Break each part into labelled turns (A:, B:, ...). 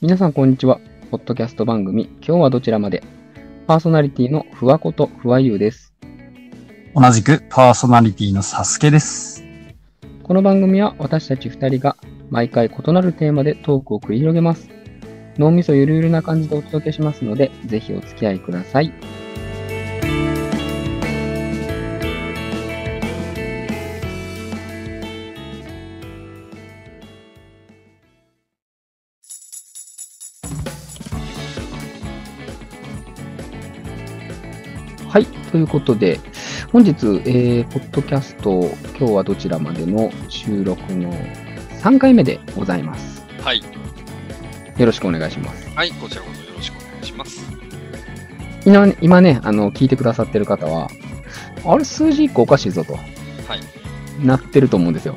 A: 皆さんこんにちは。ポッドキャスト番組、今日はどちらまでパーソナリティのふわことふわゆうです。
B: 同じくパーソナリティのサスケです。
A: この番組は私たち2人が毎回異なるテーマでトークを繰り広げます。脳みそゆるゆるな感じでお届けしますので、ぜひお付き合いください。はい。ということで、本日、えー、ポッドキャスト、今日はどちらまでの収録の3回目でございます。
C: はい。
A: よろしくお願いします。
C: はい、こちらこそよろしくお願いします。
A: 今ね今ね、あの、聞いてくださってる方は、あれ、数字1個おかしいぞと、なってると思うんですよ。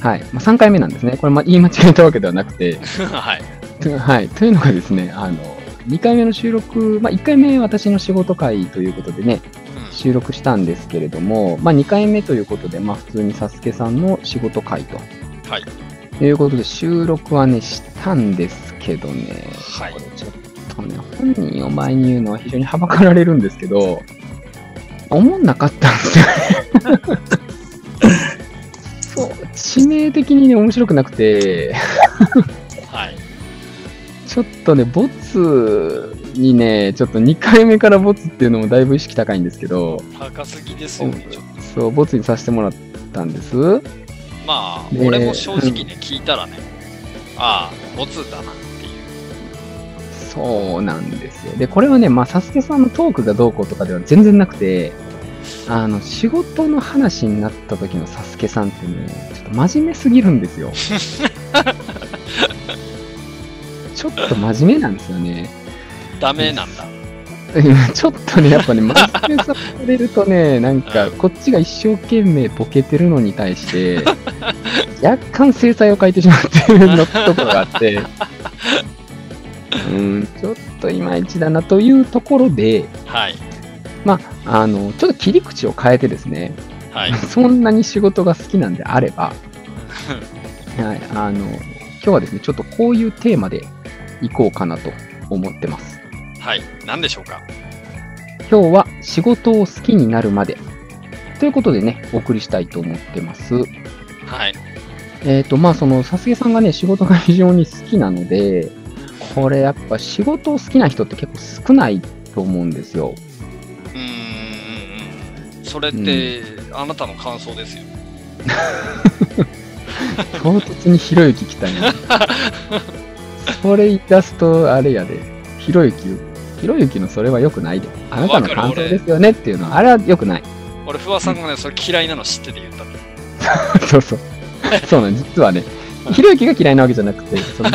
A: はい。まあ、3回目なんですね。これ、まあ、言い間違えたわけではなくて、
C: はい。
A: とはい。というのがですね、あの、2回目の収録、まあ、1回目私の仕事会ということでね、
C: う
A: 収録したんですけれども、まあ、2回目ということで、まあ、普通にサスケさんの仕事会と。
C: ん。はい。
A: いうことで、収録はね、したんですけどね、
C: はい
A: これちょっとね、本人を前に言うのは非常にはばかられるんですけど、思んなかったんですよ。そう、致命的にね、面白くなくて、
C: はい。
A: ちょっとね、ボツにね、ちょっと2回目からボツっていうのもだいぶ意識高いんですけど、
C: 高すぎですよね、ちょっと。
A: そう、ボツにさせてもらったんです。
C: まあ、
A: ね
C: 俺も正直ね、聞いたらね、ああ、ボツだなっていう。
A: そうなんですよ。で、これはね、まあ、サスケさんのトークがどうこうとかでは全然なくて、あの、仕事の話になった時のサスケさんってね、ちょっと真面目すぎるんですよ。ちょっと真面目なんですよね。
C: ダメなんだ。
A: ちょっとね、やっぱね、真面目さされると ね、なんか、こっちが一生懸命ボケてるのに対して、若干制裁を変えてしまってるのところがあって、うん、ちょっといまいちだなというところで、
C: はい。
A: まあ、あの、ちょっと切り口を変えてですね、
C: はい。
A: そんなに仕事が好きなんであれ ば、はい、あの、今日はですね、ちょっとこういうテーマでいこうかなと思ってます。
C: はい。なんでしょうか
A: 今日は仕事を好きになるまで。ということでね、お送りしたいと思ってます。
C: はい。
A: えっ、と、まあ、その、さすげさんがね、仕事が非常に好きなので、これやっぱ仕事を好きな人って結構少ないと思うんですよ。
C: うーん。うんそれって、あなたの感想ですよ。
A: 唐突にひろゆき来たんや。それ言い出すと、あれやで、ひろゆき、ひろゆきのそれは良くないで。あなたの感想ですよねっていうのは、あれは良くない。
C: 俺、不破さんがね、それ嫌いなの知ってて言ったんだよ
A: そうそう。そうなんです実はね、ひろゆきが嫌いなわけじゃなくて、 その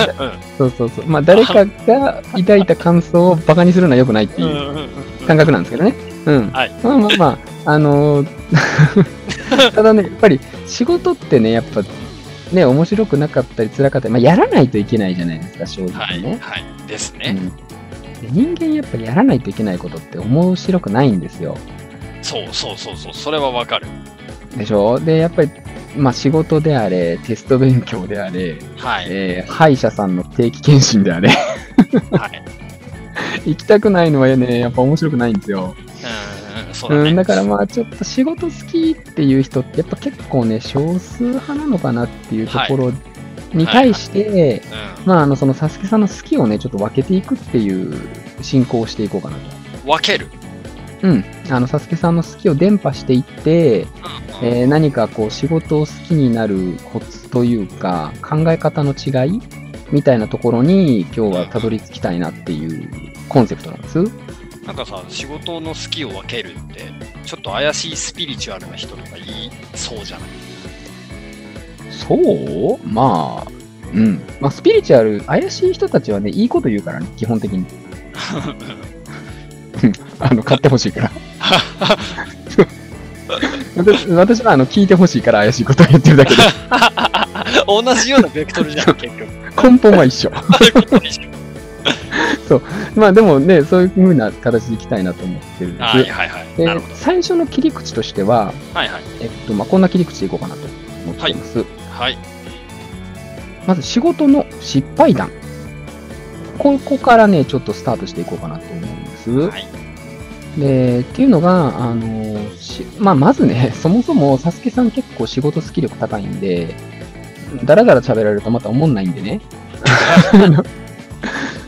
A: そうそうそう。まあ、誰かが抱いた感想をバカにするのは良くないって
C: うん
A: いう
C: うんうんうん。
A: 感覚なんですけどね。うん。
C: はい
A: まあまあまあ、あの ーただね、やっぱり仕事ってね、やっぱ、ね、面白くなかったり辛かったり、まあ、やらないといけないじゃないですか、正
C: は
A: 直
C: い。
A: ね。
C: はい。です
A: う
C: ね。
A: んで人間やっぱやらないといけないことって面白くないんですよ。
C: そうそうそうそう。それはわかる。
A: でしょで、やっぱり、まあ仕事であれ、テスト勉強であれ、
C: はい。
A: えー歯医者さんの定期検診であれ
C: はい。
A: 行きたくないのはねやっぱ面白くないんですよ
C: うんうん。そう
A: う
C: だね。
A: んだからまあちょっと仕事好きっていう人ってやっぱ結構ね少数派なのかなっていうところに対して、
C: うん。
A: まああのそのサスケさんの好きをねちょっと分けていくっていう進行をしていこうかなと
C: 分ける。
A: うんあのサスケさんの好きを伝播していって、
C: うんうん
A: えー何かこう仕事を好きになるコツというか考え方の違いみたいなところに今日はたどり着きたいなっていうコンセプトなんです。
C: なんかさ、仕事の好きを分けるって、ちょっと怪しいスピリチュアルな人とか言いそうじ ゃない
A: そうまあ、うん。まあスピリチュアル、怪しい人たちはね、いいこと言うからね、基本的に。あの、買ってほしいから。私 私はあの聞いてほしいから怪しいことを言ってるだ けで、
C: 同じようなベクトルじゃん、結局。
A: 根本は一緒。まあでもね、そういう風な形でいきたいなと思ってるんで、
C: はいはいはい。
A: で
C: なるほど。
A: 最初の切り口としては、
C: はいはい。
A: えっとまあ、こんな切り口でいこうかなと思っています。
C: はい。
A: まず仕事の失敗談。ここからね、ちょっとスタートしていこうかなと思うんです。
C: はい。
A: で、っていうのが、あの、しまあ、まずね、 そもそも、サスケさん結構仕事スキル力高いんで、だらだら喋られるとまた思んないんで ね。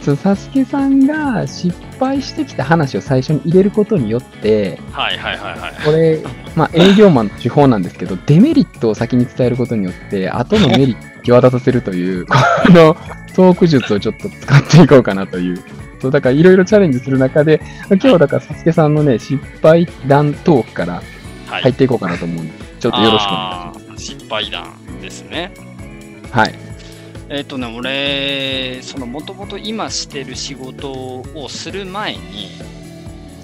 A: そうサスケさんが失敗してきた話を最初に入れることによって、
C: はいはいはいはい。
A: これ、まあ、営業マンの手法なんですけど、デメリットを先に伝えることによって、後のメリットを際立たせるという、 このトーク術をちょっと使っていこうかなという。そう、だからいろいろチャレンジする中で、今日はだから、サスケさんのね、失敗談トークから
C: はい
A: 入っていこうかなと思うんで、ちょっとよろしくお願いし
C: あー失敗談ですね。
A: ます。はい。
C: えっ、とね、俺、そのもともと今してる仕事をする前に、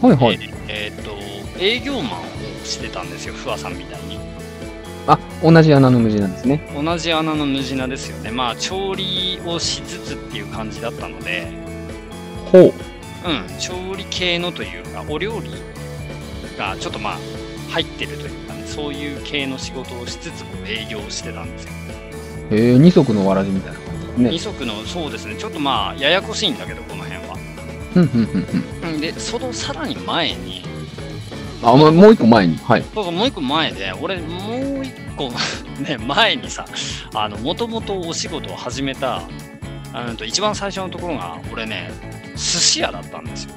A: はいはい。
C: えっ、と、営業マンをしてたんですよ、ふわさんみたいに。
A: あ、同じ穴の無地なんですね。
C: 同じ穴のムジナですよね。まあ、調理をしつつっていう感じだったので、
A: ほう。
C: うん、調理系のというか、お料理がちょっとまあ、入ってるというかね、そういう系の仕事をしつつも営業をしてたんですよ。
A: えー、二足のわらじみたいな感じです
C: 二
A: ね。
C: 足の、そうですね、ちょっとまあ、ややこしいんだけど、この辺は。
A: うんうんうんうん。
C: うんで、そのさらに前に、
A: あ、まもう一個前に。はい。
C: そうそう、もう一個前で、俺、もう一個ね、 前にさ、あの、もともとお仕事を始めた、うんと、一番最初のところが、俺ね、寿司屋だったんですよ。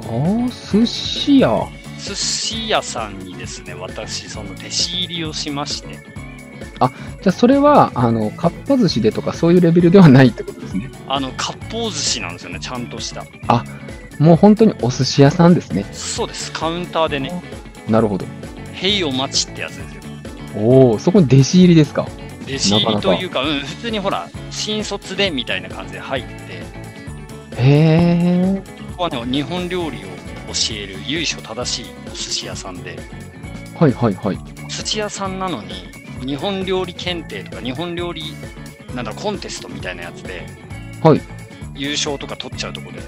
A: あー、寿司屋。
C: 寿司屋さんにですね、私、その弟子入りをしまして、
A: じゃあそれは、あの、かっぱ寿司でとかそういうレベルではないってことですね。
C: あの、割烹寿司なんですよね、ちゃんとした。
A: もう本当にお寿司屋さんですね。
C: そうです、カウンターでね、
A: なるほど。
C: へいお待ちってやつですよ。
A: おお、そこに弟子入りですか。
C: 弟子入りというか、うん、普通にほら、新卒でみたいな感じで入って、
A: へえ。
C: ここはね、日本料理を教える由緒正しいお寿司屋さんで、
A: はいはいはい。
C: 寿司屋さんなのに、日本料理検定とか、日本料理、なんだろう、コンテストみたいなやつで、
A: はい
C: 優勝とか取っちゃうとこで、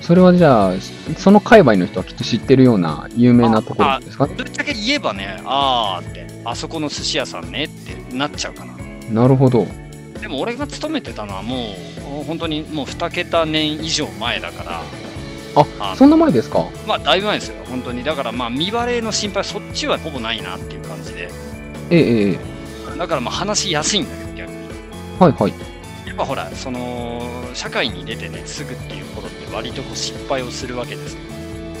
A: それはじゃあ、その界隈の人はきっと知ってるような有名なところですかね。
C: ぶっちゃけ言えばね、あーって、あそこの寿司屋さんねってなっちゃうかな。
A: なるほど。
C: でも俺が勤めてたのはもう、本当にもう2桁年以上前だから、あ
A: そんな前ですか。
C: まあだいぶ前ですよ、本当に。だからまあ見バレの心配、そっちはほぼないなっていう感じで。
A: ええええ。
C: だからまあ話しやすいんだけど、逆に。
A: はいはい。
C: やっぱほら、その、社会に出てね、すぐっていう頃って割とこう失敗をするわけですよ。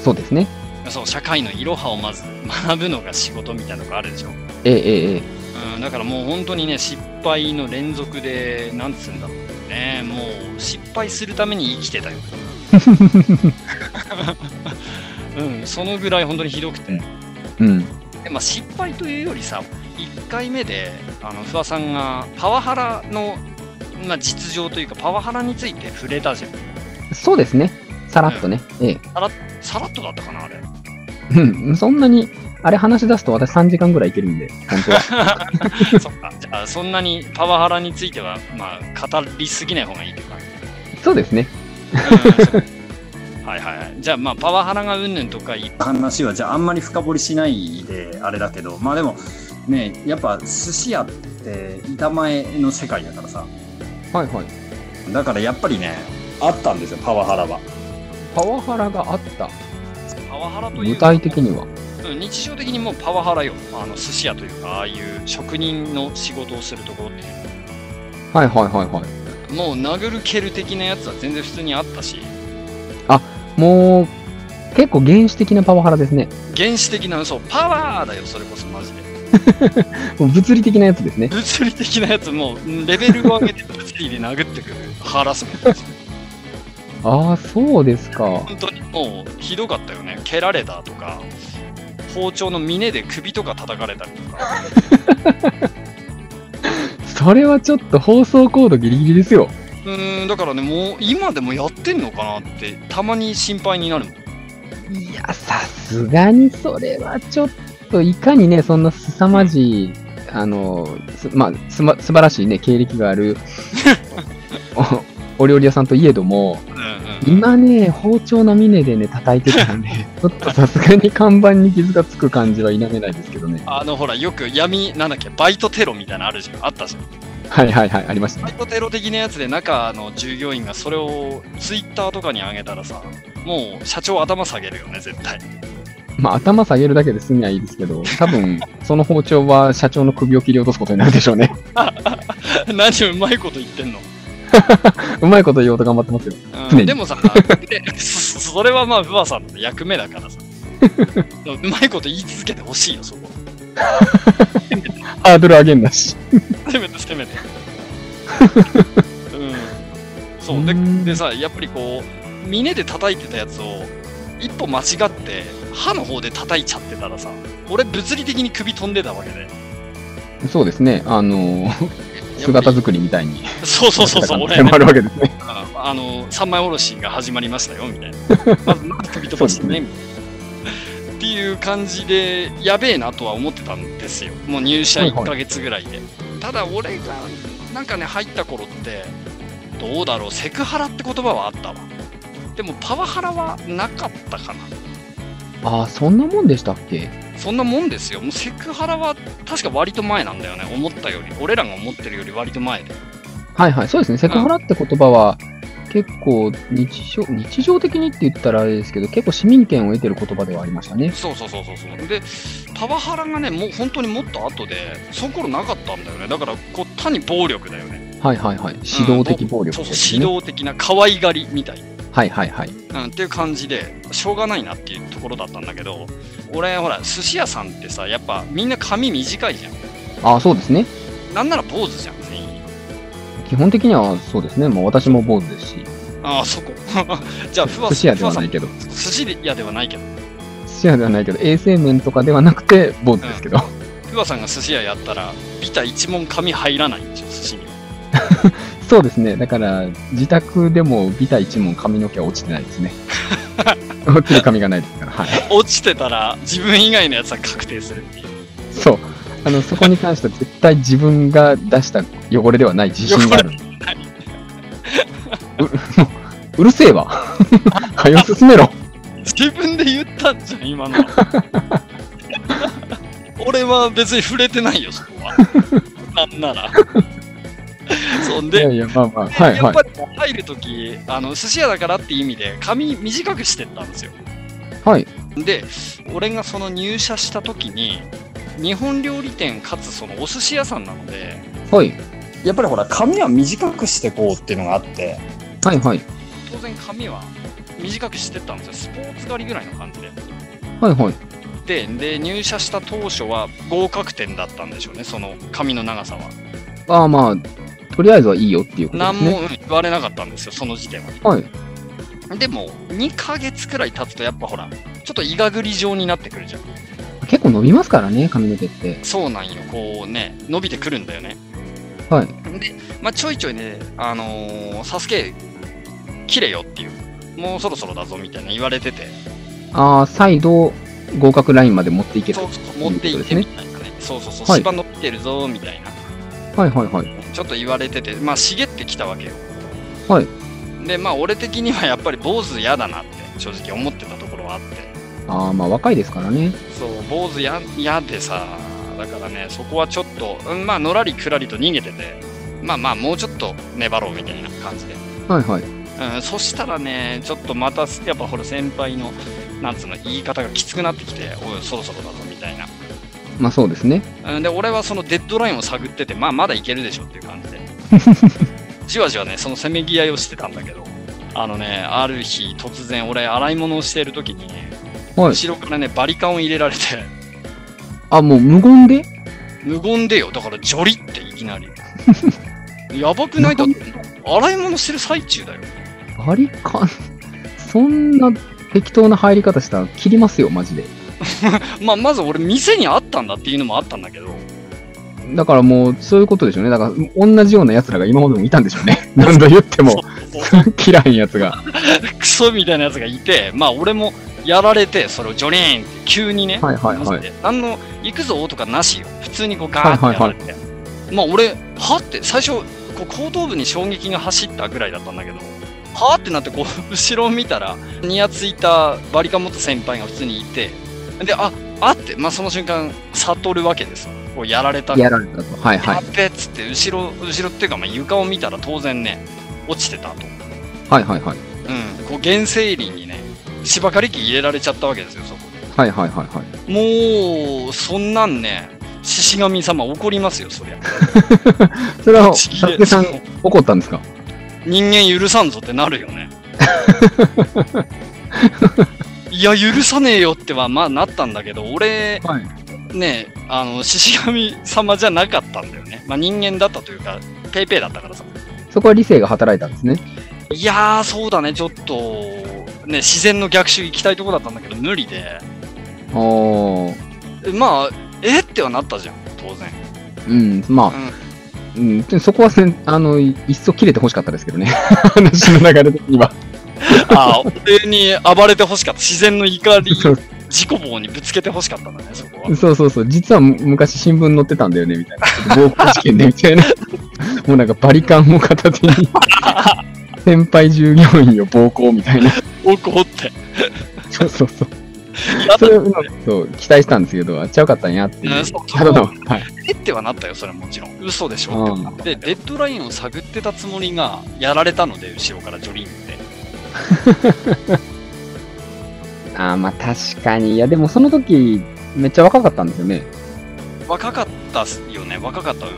A: そうですね。
C: そう、社会のいろはをまず学ぶのが仕事みたいなのがあるでしょ。
A: ええええええ。
C: うん、だからもう本当にね、失敗の連続で、なんつうんだろうね、もう失敗するために生きてたよ。 うん、そのぐらい本当にひどくて。
A: うん。
C: でまあ、失敗というよりさ、1回目で、あの、不破さんがパワハラの、まあ、実情というか、パワハラについて触れたじゃん。
A: そうですね。さらっとね。ええ。
C: さらっとだったかな、あれ。
A: うん。そんなに、あれ話し出すと私3時間ぐらいいけるんで、本当は。
C: そっか。じゃあ、そんなにパワハラについては、まあ、語りすぎない方がいいという か。
A: そうですね。
C: うんはいはいはい。じゃあ、まあ、パワハラがうんぬんとかいい、
B: 話はじゃああんまり深掘りしないであれだけどまあでもねやっぱ寿司屋って板前の世界だからさ
A: はいはい。
B: だからやっぱりねあったんですよパワハラは
A: パワハラがあった。
C: パワハラという
A: 具体的には。
C: うん日常的にもうパワハラよ。あの、寿司屋というか、ああいう職人の仕事をするところっていう
A: はいはいはいはい。
C: もう殴る蹴る的なやつは全然普通にあったし、
A: もう、結構原始的なパワハラですね。
C: 原始的な、そう、パワーだよ、それこそマジで。
A: もう物理的なやつですね。
C: 物理的なやつもう、レベルを上げて物理で殴ってくるハラスメントです。
A: ああ、そうですか。
C: 本当にもう、ひどかったよね。蹴られたとか、包丁の峰で首とか叩かれたりとか。
A: それはちょっと放送コードギリギリですよ。
C: うーんだからねもう今でもやってんのかなってたまに心配になるもん
A: いや、さすがにそれはちょっと、いかにね、そんな凄まじい、あの、すまあ、すま、素晴らしいね、経歴がある、お料理屋さんといえども、
C: うんうんうん
A: 今ね、包丁の峰でね、叩いてたんで、ちょっとさすがに看板に傷がつく感じは否めないですけどね。
C: あのほらよく闇なんだっけバイトテロみたいなのあるじゃんあったじゃん
A: はいはいはい、ありました
C: バ
A: ね。
C: イトテロ的なやつで中の従業員がそれをツイッターとかに上げたらさもう社長頭下げるよね絶対
A: まあ、頭下げるだけで済みはいいですけど、多分、その包丁は社長の首を切り落とすことになるでしょうね。
C: 何うまいこと言ってんの、
A: うまいこと言おうと頑張ってますよ。
C: う
A: 常
C: ん、
A: に
C: でもさでそそれはまあ不破さんの役目だからさでもうまいこと言い続けてほしいよそこ
A: ハードル上げんなし。
C: せめてせめてうんそう
A: う
C: で
A: ん
C: でさやっぱりこう峰で叩いてたやつを一歩間違って歯の方で叩いちゃってたらさ俺物理的に首飛んでたわけで
A: そうですね、あのー姿作りみたいに。
C: そうそうそう そう、俺、ね、
A: あるわけですね。
C: ああの、三枚おろしが始まりましたよ、みたい な。まず、まず飛び飛ばしてね、みたいな。っていう感じで、やべえなとは思ってたんですよ。もう入社
A: はいはい
C: 1ヶ月ぐらいで。ただ、俺が、なんかね、入った頃って、どうだろう、セクハラって言葉はあったわ。でも、パワハラはなかったかな。
A: ああ、そんなもんでしたっけ
C: そんなもんですよ。もうセクハラは確か割と前なんだよね。思ったより。俺らが思ってるより割と前で。
A: はいはい、そうですね。セクハラって言葉は、結構日常、日常的にって言ったらあれですけど、結構市民権を得てる言葉ではありましたね。
C: そうそうそうそうそうでパワハラがねもう本当にもっと後でその頃なかったんだよねだからこう単に暴力だよね
A: はいはいはい。指導的暴力
C: そう
A: で
C: そう
A: すね。
C: 指導的な可愛がりみたい、
A: はいはいはい。
C: うん、っていう感じでしょうがないなっていうところだったんだけど俺ほら寿司屋さんってさやっぱみんな髪短いじゃん
A: ああ、そうですね。
C: なんなら坊主じゃん全員
A: 基本的にはそうですね。もう私も坊主ですし、
C: ああそこ じゃあふわ
A: 寿司屋では
C: ふわさ
A: なんいけど、
C: 寿司屋ではないけど
A: 寿司屋ではないけど、衛生面とかではなくて坊主ですけど、
C: ふわさんが寿司屋やったらビタ一問髪入らないんでしょ寿司には
A: そうですね。だから、自宅でもビタ一問髪の毛は落ちてない ですね。落ちる髪がないですから、はい。
C: 落ちてたら自分以外のやつは確定するっていう
A: そう。あの、そこに関しては絶対自分が出した汚れではない自信がある。うもうう るせえわ。はよ進めろ。
C: 自分で言ったんじゃん 今の俺は別に触れてないよそこはなんならそん
A: いや
C: で
A: いや、まあまあ。はい
C: や
A: は
C: っ
A: い
C: ぱ。り入るとき、あの、寿司屋だからって意味で、髪短くしてったんですよ。
A: はい。
C: で、俺がその入社したときに、日本料理店かつそのお寿司屋さんなので、
A: はい。
B: やっぱりほら、髪は短くしてこうっていうのがあって、
A: はいはい。
C: 当然髪は短くしてったんですよ。スポーツ狩りぐらいの感じで。
A: はいはい。
C: でで入社した当初は合格点だったんでしょうねその髪の長さは
A: ああまあ、とりあえずはいいよっていうことで
C: 何
A: す
C: も
A: ね。
C: うん言われなかったんですよその時点は
A: はい。
C: でも2ヶ月くらい経つとやっぱほらちょっとイガグリ状になってくるじゃん
A: 結構伸びますからね、髪の毛って。
C: そうなんよこうね伸びてくるんだよね
A: はい
C: で、まあ、ちょいちょいねあのー、サスケ切れよっていうもうそろそろだぞみたいな言われてて
A: ああ、再度合格ラインまで持っていける。
C: そう
A: は
C: そう持っていってみたいなねそうそうそう
A: はい
C: 芝伸びてるぞみたいない
A: はいはい。
C: ちょっと言われてて、まあ、茂ってきたわけよ。
A: はい。
C: で、まあ、俺的にはやっぱり坊主嫌だなって、正直思ってたところはあって。
A: ああまあ若いですからね。
C: そう、坊主や嫌でさ、だからね、そこはちょっと、うん、まあ、のらりくらりと逃げてて、まあまあ、もうちょっと粘ろうみたいな感じで。
A: はいはい。
C: うん、そしたらね、ちょっとまた、やっぱほら、先輩の、なんつうの、言い方がきつくなってきて、おい、そろそろだぞみたいな。
A: まあそうですね。
C: うんで俺はそのデッドラインを探っててまあまだいけるでしょっていう感 じでじわじわねそのせめぎ合いをしてたんだけどあのねある日突然俺洗い物をしている時に、
A: はい。
C: 後ろからねバリカンを入れられて
A: あ、もう無言で
C: 無言でよだからジョリっていき なりやばくないだって洗い物してる最中だよ
A: バリカン、そんな適当な入り方したら切りますよ、マジで。
C: まあまず俺店にあったんだっていうのもあったんだけど
A: だからもう、そういうことでしょうね。だから、同じような奴らが今までもいたんでしょう ね。何度言っても、嫌いな奴が。
C: クソみたいなやつがいてまあ俺もやられてそれをジョリーンって急にね
A: はいはいはい。
C: 何の行くぞとかなしよ普通にこうガーってやられて、まあ俺はって最初こう後頭部に衝撃が走ったぐらいだったんだけどはあってなってこう 後ろを見たらニヤついたバリカン持った先輩が普通にいてでああって、まあ、その瞬間悟るわけですよこうやられた
A: やられたと。はいは
C: や
A: い。
C: っべっつって後ろ後ろっていうかまあ床を見たら当然ね落ちてたと、
A: はいはいはい。
C: うん、こう原生林にね芝刈り機入れられちゃったわけですよそこ
A: はいはいはいはい。
C: もうそんなんね獅子神様怒りますよそりゃ
A: それは、
C: ちげえ
A: サスケさん 怒ったんですか
C: 人間許さんぞってなる よねいや許さねえよってはまあなったんだけど俺
A: はい。
C: ねあの獅子神様じゃなかったんだよねまあ人間だったというかペイペイだったからさ
A: そこは理性が働いたんですね。
C: いやー、そうだね、ちょっと、ね、自然の逆襲行きたいとこだったんだけど、無理で。
A: おー。
C: まあ、えってはなったじゃん、当 然。
A: うん、まあ、うん、そこはせん、あの、いいっそ切れてほしかったですけどね。 話の流れ的には。
C: ああ、俺に暴れてほしかった。自然の怒 り、
A: そう
C: 自己棒にぶつけてほしかったんだね、そこは。
A: そうそうそう、実はむ昔新聞載ってたんだよね、みたいな。暴行事件で、みた いな。もうなんかバリカンを片手 に、先輩従業員を暴行みたい な。
C: 怒って。
A: そうそうそう。
C: や
A: それをそう期待したんですけど、あちゃうかったんやっていう。
C: うんそう
A: ただの、はい。
C: えってはなったよ、それはもちろん。嘘でしょってはなった。で、デッドラインを探ってたつもりが、やられたので、後ろからジョリーンで。
A: ああ、まあ確かに。いや、でもその時、めっちゃ若かったんですよね。
C: 若かったっすよね、若かった。うん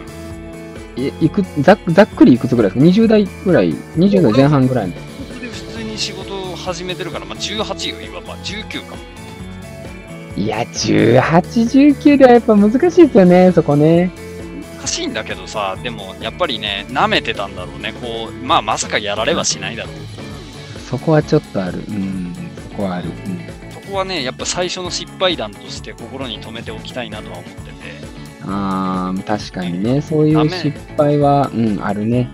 A: いいくざっざっくりいくつぐらいですか ?20 代ぐらい ?20 代前半ぐらいの。
C: で、普通に仕事を始めてるから、まあ、18よ、いわば。19か。
A: いや、18、19ではやっぱ難しいですよね、そこね。
C: 難しいんだけどさでもやっぱりね舐めてたんだろうねこうまあまさかやられはしないだろう
A: そこはちょっとある。うん、そこはある。うん
C: そこはねやっぱ最初の失敗談として心に留めておきたいなとは思ってて
A: あー確かにね、そうい
C: ダ
A: う
C: メ
A: 失敗は、うん、あるね。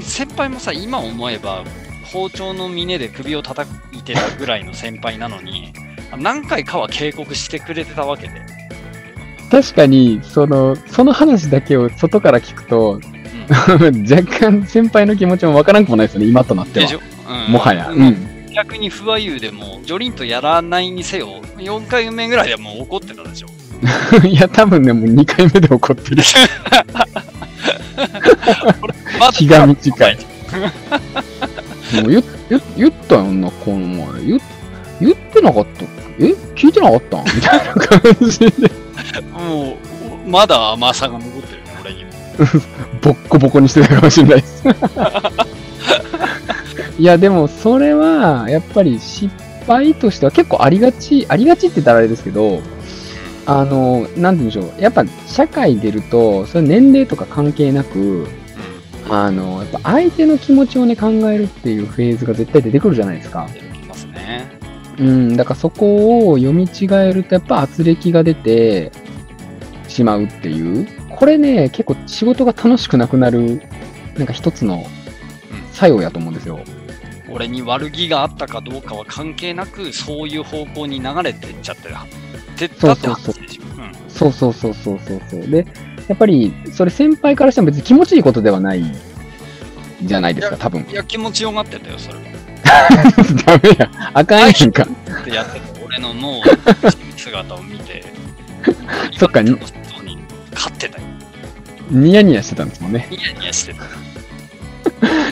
C: 先輩もさ今思えば包丁の峰で首を叩いてたぐらいの先輩なのに何回かは警告してくれてたわけで、
A: 確かに、その、その話だけを外から聞くと、
C: う
A: 若干先輩の気持ちもわからんくもないですよね、今となっ
C: ん、
A: て
C: で
A: は
C: し。ょ、うん
A: もはや。う
C: まあ
A: ん。
C: 逆に不和優でもジョリンとやらないにせよ4回目ぐらいでもう怒ってたでしょ
A: いや、多分ね、もう2回目で怒ってる。
C: まだ
A: 気が短い。もう言っ言言ったよな、この前。言っ言ってなかったっけえ聞いてなかったんみたいな感じで、
C: もうまだ甘さが残ってるね俺にも
A: ボッコボコにしてたかもしれないです。いや、でも、それは、やっぱり失敗としては結構ありがち、ありがちって言ったらあれですけど、あの、なんて言うんでしょう。やっぱ、社会出ると、それ年齢とか関係なく、あの、やっぱ相手の気持ちをね、考えるっていうフェーズが絶対出てくるじゃないですか。
C: 出てきますね。
A: うん、だからそこを読み違えると、やっぱ圧力が出てしまうっていう。これね、結構仕事が楽しくなくなる、なんか一つの作用やと思うんですよ。
C: 俺に悪気があったかどうかは関係なく、そういう方向に流れてっちゃってる。てったって話でしょ。うん
A: そうそうそうそうそうそう。で、やっぱり、それ先輩からしても別に気持ちいいことではないじゃないですか、多分。
C: いや、気持ちよがってたよ、それは。
A: ダメや。あかんやんか。
C: ってやってた俺のもう、姿を見て、
A: そっか
C: 今の人に勝ってたよ。
A: ニヤニヤしてたんですもんね。
C: ニヤニヤしてた。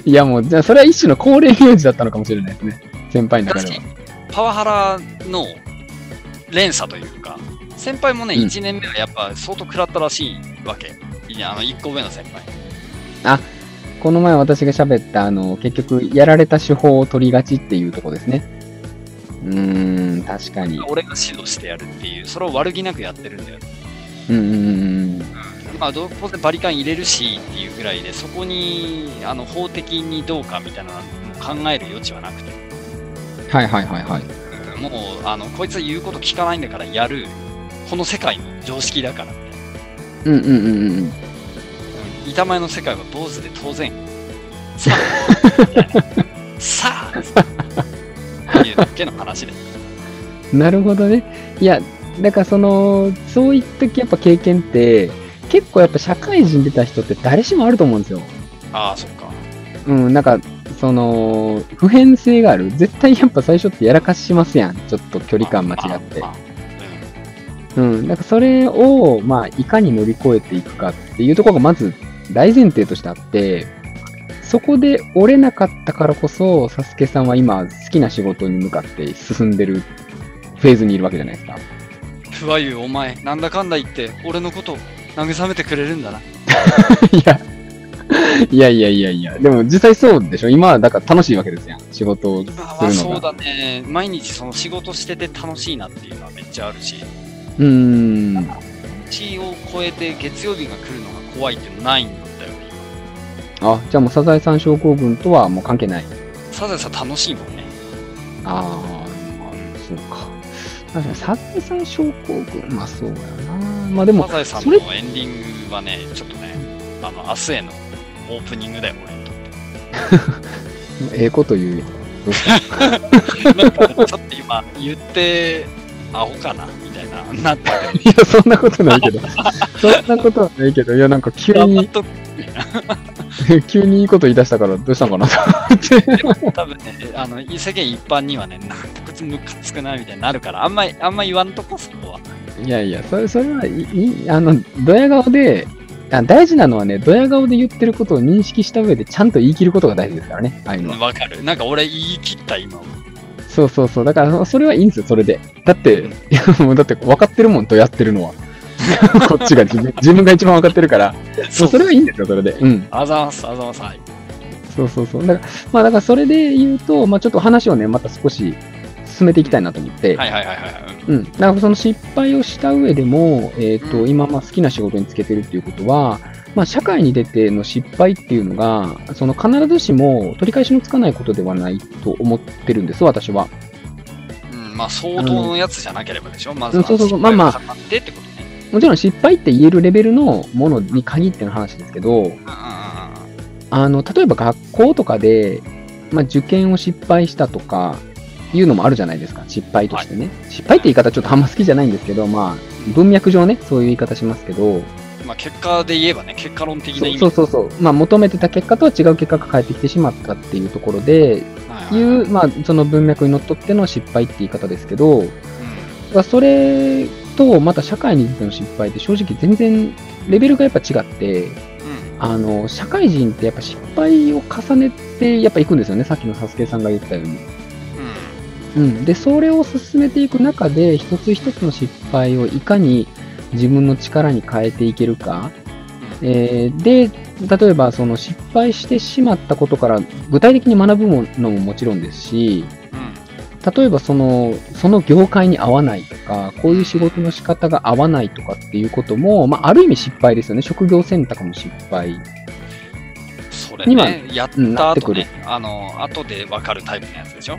A: いやもう、じゃあそれは一種の恒例行事だったのかもしれないですね。先輩の中では。
C: パワハラの連鎖というか、先輩もね、
A: うん
C: 1年目はやっぱ相当食らったらしいわけ。いやあの、1個上の先輩。
A: この前私が喋った、あの、結局、やられた手法を取りがちっていうとこですね。うーん、確かに。
C: 俺が指導してやるっていう、それを悪気なくやってるんだよね
A: うんうんうんうん。
C: まあ、どう当然バリカン入れるしっていうぐらいで、そこにあの法的にどうかみたいなのも考える余地はなくて、
A: はいはいはいはい。
C: もうあのこいつは言うこと聞かないんだからやる、この世界の常識だから、
A: うんうんうんうんうん。
C: うん、板前の世界は坊主で当 然、さあ、さあっていうだけの話で、
A: なるほどね。いや、だからその、そういったやっぱ経験って、結構やっぱ社会人出た人って誰しもあると思うんですよ。
C: ああ、そっか。
A: うん、なんか、その、普遍性がある。絶対やっぱ最初ってやらかしますやん。ちょっと距離感間違って
C: あ。ああ
A: うん、なんかそれを、まあ、いかに乗り越えていくかっていうところがまず大前提としてあって、そこで折れなかったからこそ、サスケさんは今、好きな仕事に向かって進んでるフェーズにいるわけじゃないですか。
C: うんふわゆうお前、なんだかんだ言って、俺のこと慰めてくれるんだな。
A: いや、いやいやいやいや、でも実際そうでしょ今はだから楽しいわけですやん。仕事をする
C: 今はそ
A: の
C: う
A: が。
C: だね。毎日その仕事してて楽しいなっていうのはめっちゃあるし、
A: うーん。あ
C: 日を超えて月曜日が来るのが怖いってのないんだよ。
A: じゃあもうサザエさん症候群とはもう関係ない。
C: サザエさん楽しいもんね。
A: ああ、そうか。確かにサザエさん症候群、まあそうだよな。まあでも
C: サ、ザエさん
A: そ
C: の
A: れ
C: エンディングはね、ちょっとね、あの、明日へのオープニングだよ、俺にとって。
A: ええこと言うよ。
C: なんかちょっと今、言って、アホかなみたいな、なったけど、
A: いや、そんなことない けど。そんなことはないけど、いや、なんか急
C: 頑張っ
A: に、
C: と
A: 急にいいこと言い出したから、どうしたのかなと思って。
C: 多分ね、あの、世間一般にはね、なんかこいつムカつくな、みたいになるから、あんまり、あんま言わんとこ、そこは。
A: いやいや、それ、それはいい、いあの、ドヤ顔で、あ大事なのはね、ドヤ顔で言ってることを認識した上で、ちゃんと言い切ることが大事ですからね、ああいうのは。
C: わかる。なんか俺言い切った、今。
A: そうそうそう。だから、そそれはいいんですよ、それで。だって、いや もうだって分かってるもん、ドヤってるのは。 こっちが自分、自分が一番分かってるから、そ
C: そう
A: それはいいんですよ、それで。うん。
C: あざます、あざます、はい。
A: そうそうそう。だから、まあだからそれで言うと、まあちょっと話をね、また少し進めていきたいなと思って、
C: はいはいはいはいはい。
A: うん。だからその失敗をした上でも、えっ、と、
C: うん
A: 今まあ好きな仕事につけてるっていうことは、まあ社会に出ての失敗っていうのが、その必ずしも取り返しのつかないことではないと思ってるんです、私は。
C: うん、まあ相当のやつじゃなければでしょ、まず
A: う
C: は
A: んそうそうそうまあまあ
C: 失敗を重ねてってことね。
A: もちろん失敗って言えるレベルのものに限っての話ですけど、
C: うんうんうんうん
A: あの、例えば学校とかで、まあ、受験を失敗したとか、いうのもあるじゃないですか。失敗としてね。失敗って言い方ちょっとあんま好きじゃないんですけど、まあ、文脈上ね、そういう言い方しますけど、
C: まあ結果で言えばね、結果論的な意味
A: そうそうそうそう。まあ、求めてた結果とは違う結果が返ってきてしまったっていうところで、、
C: はいいはいう
A: まあ、その文脈にのっとっての失敗って言い方ですけど、
C: ん
A: まあそれと、また社会に出ての失敗って正直全然レベルがやっぱ違って、
C: うん
A: あの、社会人ってやっぱ失敗を重ねて、やっぱ行くんですよね。さっきのサスケさんが言ったように。うん。で、それを進めていく中で、一つ一つの失敗をいかに自分の力に変えていけるか。
C: うん
A: えーで、例えばその失敗してしまったことから具体的に学ぶものももちろんですし、
C: うん
A: 例えばその、その業界に合わないとか、こういう仕事の仕方が合わないとかっていうことも、まあ、ある意味失敗ですよね。職業選択も失敗。
C: それ
A: 今
C: ね、やった後
A: うんなって
C: ね、あの、後で分かるタイプのやつでしょ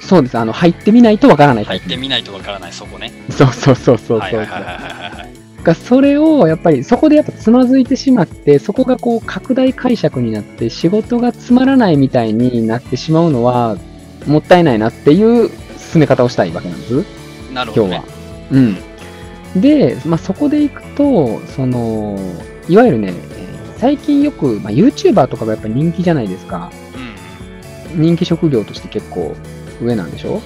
A: そうです。あの、入ってみないとわからない。
C: 入ってみないと分からない、そこね。
A: そうそうそうそうそう。
C: はいはいはいはいはいはい。
A: がそれをやっぱりそこでやっぱつまずいてしまってそこがこう拡大解釈になって仕事がつまらないみたいになってしまうのはもったいないなっていう進め方をしたいわけなんです
C: なるほ
A: 今日
C: ど
A: は
C: ね。。
A: うん、で、まあ、そこでいくとそのいわゆるねえー最近よく、まあ、YouTuber とかがやっぱ人気じゃないですか人気職業として結構上なんでしょ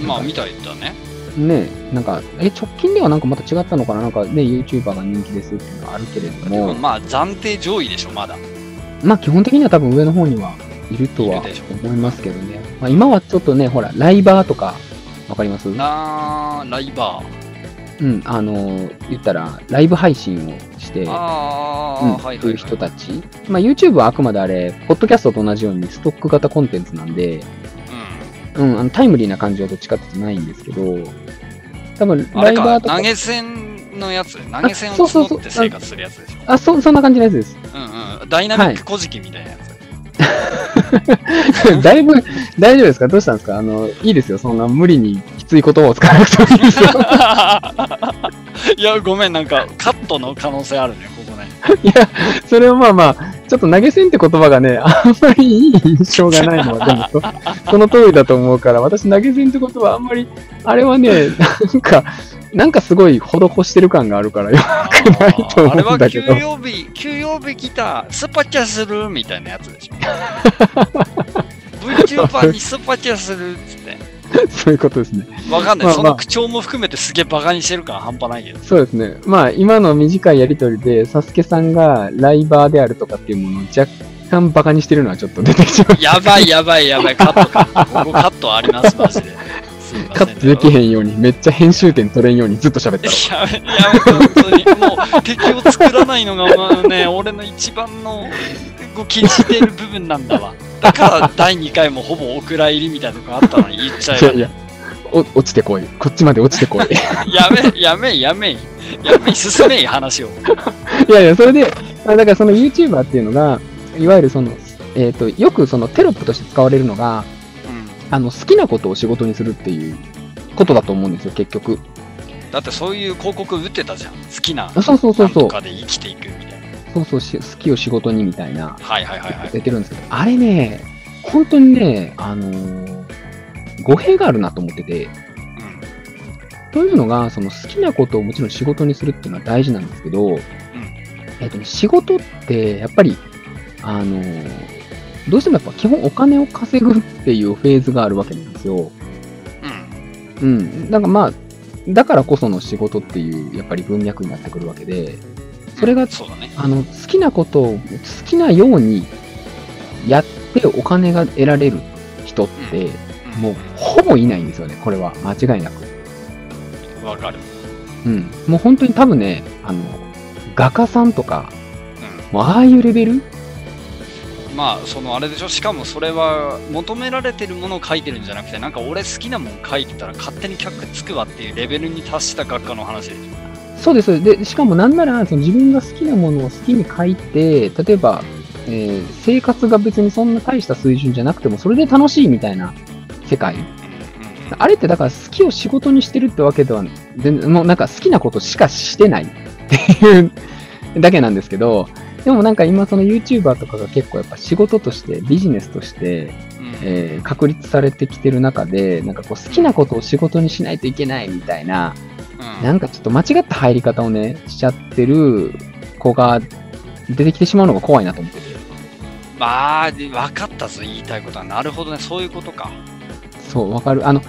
C: うん。まあ、みたいだね。
A: ねなんかえ直近ではなんかまた違ったのかななんかね YouTuber が人気ですっていうのはあるけれど
C: で
A: も
C: もまあ、暫定上位でしょ、まだ。
A: まあ基本的には多分上の方にはいるとはい
C: るでしょ
A: 思いますけどね。まあ今はちょっとね、ほら、ライバーとか、わかりますう
C: なー、ライバー。
A: ん、あの、言ったら、ライブ配信をして、
C: あ
A: う
C: ー、
A: ん、
C: はい
A: と
C: はいいうは
A: 人
C: い。
A: たち。まあ YouTube はあくまであれ、ポッドキャストと同じようにストック型コンテンツなんで、うん、あのタイムリーな感じはどっちかっていうとないんですけど、多分
C: うんあ
A: ラ
C: れ
A: イバー
C: か、
A: とか、
C: 投げ銭のやつ、投げ銭を
A: そうそうそう
C: 募って生活するやつでしょ。
A: あ、そ、そんな感じのやつです。
C: うんうん。ダイナミック古事記みたいなやつ。
A: だいぶ、大丈夫ですかどうしたんですかあの、いいですよ。そんな無理にきつい言葉を使わなくてもいいですよ。
C: いや、ごめん、なんか、カットの可能性あるね、ここね。
A: それをまあまあ、ちょっと投げ銭って言葉がね、あんまりいい印象がないのは、でもそ、その通りだと思うから、私投げ銭って言葉あんまり、あれはね、なんか、なんかすごい施してる感があるからよ くないと
C: あ
A: 思
C: れ
A: うん
C: は
A: だ
C: 給
A: けど。
C: 与日、給与日来た、スーパーチャするみたいなやつでしょ。VTuber にスーパーチャするっつって。
A: そういうことですね。
C: わかんない、
A: まあまあ
C: その口調も含めてすげえバカにしてるから半端ないけど。
A: そうですね。まあ、今の短いやりとりで、サスケさんがライバーであるとかっていうものを若干バカにしてるのはちょっと出てきちゃう。
C: やばいやばいやばい、カットカット。ここカットあります、マジで。すいませ
A: カ
C: ん
A: ットできへんように、めっちゃ編集点取れんようにずっと喋った
C: い
A: わ。
C: や、いや、本当に、もう敵を作らないのが、まあね、俺の一番の、こう、気にしている部分なんだわ。だから、第2回もほぼお蔵入りみたいなとこあったのに言っちゃえ
A: い
C: ば
A: やいや、お落ちてこい。こっちまで落ちて こい。
C: やめ、やめ、やめ、やめ、進め、話を。
A: いやいや、それで、あだからその YouTuber っていうのが、いわゆるその、えっ、と、よくそのテロップとして使われるのが、
C: うん。
A: あの、好きなことを仕事にするっていうことだと思うんですよ、結局。
C: だって、そういう広告打ってたじゃん。好きな、
A: あそうそうそう
C: なん
A: そう
C: と。かで生きていくみたいな。
A: そうそうし、好きを仕事にみたいな、
C: はいはいはいはい。
A: 出てるんですけど、あれね、本当にね、あのー語弊があるなと思ってて、というのが、その好きなことをもちろん仕事にするっていうのは大事なんですけど、えっとね、仕事ってやっぱり、あのーどうしてもやっぱ基本お金を稼ぐっていうフェーズがあるわけなんですよ。
C: うん。うん。
A: うん。なんかまあ、だからこその仕事っていう、やっぱり文脈になってくるわけで、それが
C: そうだね。
A: あの、好きなことを好きなようにやってお金が得られる人って、
C: ん
A: もうほぼいないんですよね、これは。間違いなく。
C: わかる。
A: うん。もう本当に多分ね、あの、画家さんとか、
C: うん。
A: もうああいうレベル
C: まあそのあれでしょしかもそれは求められてるものを書いてるんじゃなくてなんか俺好きなもん書いてたら勝手に客つくわっていうレベルに達した学科の話でし
A: そうです。そうですで、しかもなんなら、その自分が好きなものを好きに書いて、例えば、えー生活が別にそんな大した水準じゃなくても、それで楽しいみたいな世界。
C: ょ
A: あれってだから好きを仕事にしてるってわけでは、全然もうなんか好きなことしかしてないっていうだけなんですけど、でもなんか今その YouTuber とかが結構やっぱ仕事として、ビジネスとして、
C: うんうん
A: えー確立されてきてる中で、なんかこう好きなことを仕事にしないといけないみたいな、なんかちょっと間違った入り方をね、しちゃってる子が出てきてしまうのが怖いなと思ってて。
C: まあで分かったぞ言いたいことはなるほどねそういうことか
A: そう、わかる。あの、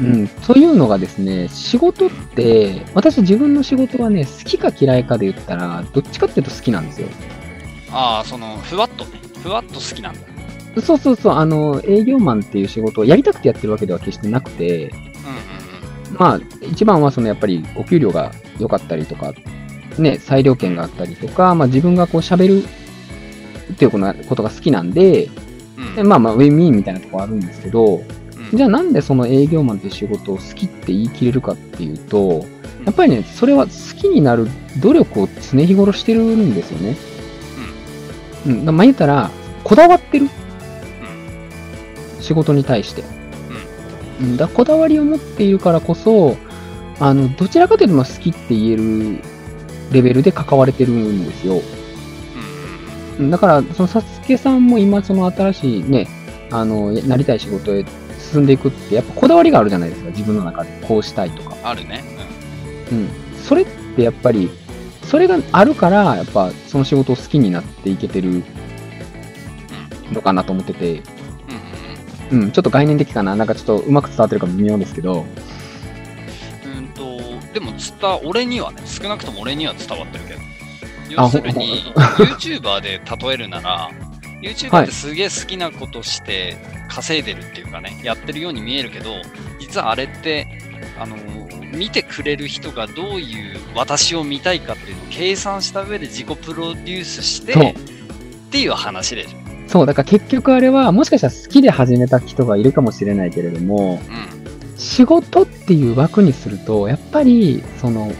A: うん、というのがですね、仕事って、私自分の仕事はね、好きか嫌いかで言ったら、どっちかっていうと好きなんですよ。
C: ああそのふわっとねふわっと好きなんだ
A: そうそうそう、あの、営業マンっていう仕事をやりたくてやってるわけでは決してなくて、
C: う
A: まあ、一番はそのやっぱりお給料が良かったりとか、ね、裁量権があったりとか、まあ自分がこう喋るっていうことなことが好きなんで、
C: んうんうん
A: でまあまあウィンウィンみたいなとこあるんですけど、
C: うん
A: じゃあなんでその営業マンっていう仕事を好きって言い切れるかっていうと、
C: うん
A: やっぱりね、それは好きになる努力を常日頃してるんですよね。うん。だからまあ言ったら、こだわってる。仕事に対して。うん。だからこだわりを持っているからこそ、あの、どちらかというとまあ好きって言えるレベルで関われてるんですよ。
C: うん
A: うんだから、そのサスケさんも今、その新しいね、あの、なりたい仕事へ進んでいくって、やっぱこだわりがあるじゃないですか、自分の中で。こうしたいとか。
C: あるね
A: うん。それってやっぱり、それがあるから、やっぱその仕事を好きになっていけてるのかなと思ってて、
C: うんうん
A: うん、ちょっと概念的かな。なんかちょっとうまく伝わってるか微妙ですけど、
C: うんうんうんとでも伝俺にはね少なくとも俺には伝わってるけど
A: あ
C: 要するに YouTuber で例えるなら YouTuber ってすげえ好きなことして稼いでるっていうかね、やってるように見えるけど実はあれってあの見てくれる人がどういう私を見たいかっていうのを計算した上で自己プロデュースして
A: そう
C: っていう話でしょ、
A: そう、だから結局あれは、もしかしたら好きで始めた人がいるかもしれないけれども、
C: うん、
A: 仕事っていう枠にすると、やっぱり、その、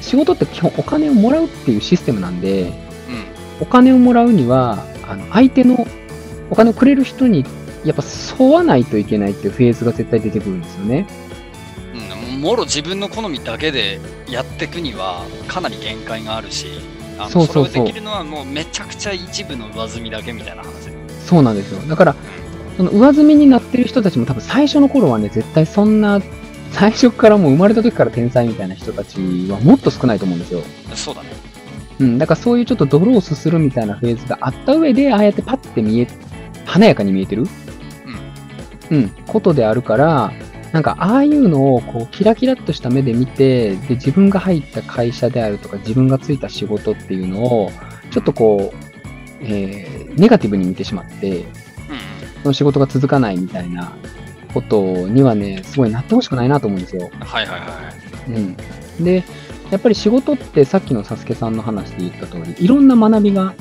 A: 仕事って基本お金をもらうっていうシステムなんで、お金をもらうには、あの、相手の、お金をくれる人に、やっぱ沿わないといけないっていうフェーズが絶対出てくるんですよね。
C: うん、うん、もろ自分の好みだけでやっていくにはかなり限界があるしあの
A: そうそうそう
C: れをできるのはもうめちゃくちゃ一部の上積みだけみたいな話
A: そうなんですよ。だから、その上積みになってる人たちも多分最初の頃はね、絶対そんな最初からもう生まれた時から天才みたいな人たちはもっと少ないと思うんですよ。
C: そうだね。
A: うん、だからそういうちょっと泥をすするみたいなフェーズがあった上で、ああやってパッて見え、華やかに見えてる、うん、ことであるから、なんかああいうのをこうキラキラっとした目で見て、で、自分が入った会社であるとか、自分がついた仕事っていうのを、ちょっとこう、えーネガティブに見てしまって、
C: う
A: その仕事が続かないみたいなことにはね、すごいなってほしくないなと思うんですよ。
C: ん。はいはいはい。
A: うん、でやっぱり仕事ってさっきのサスケさんの話で言った通りいろんな学びが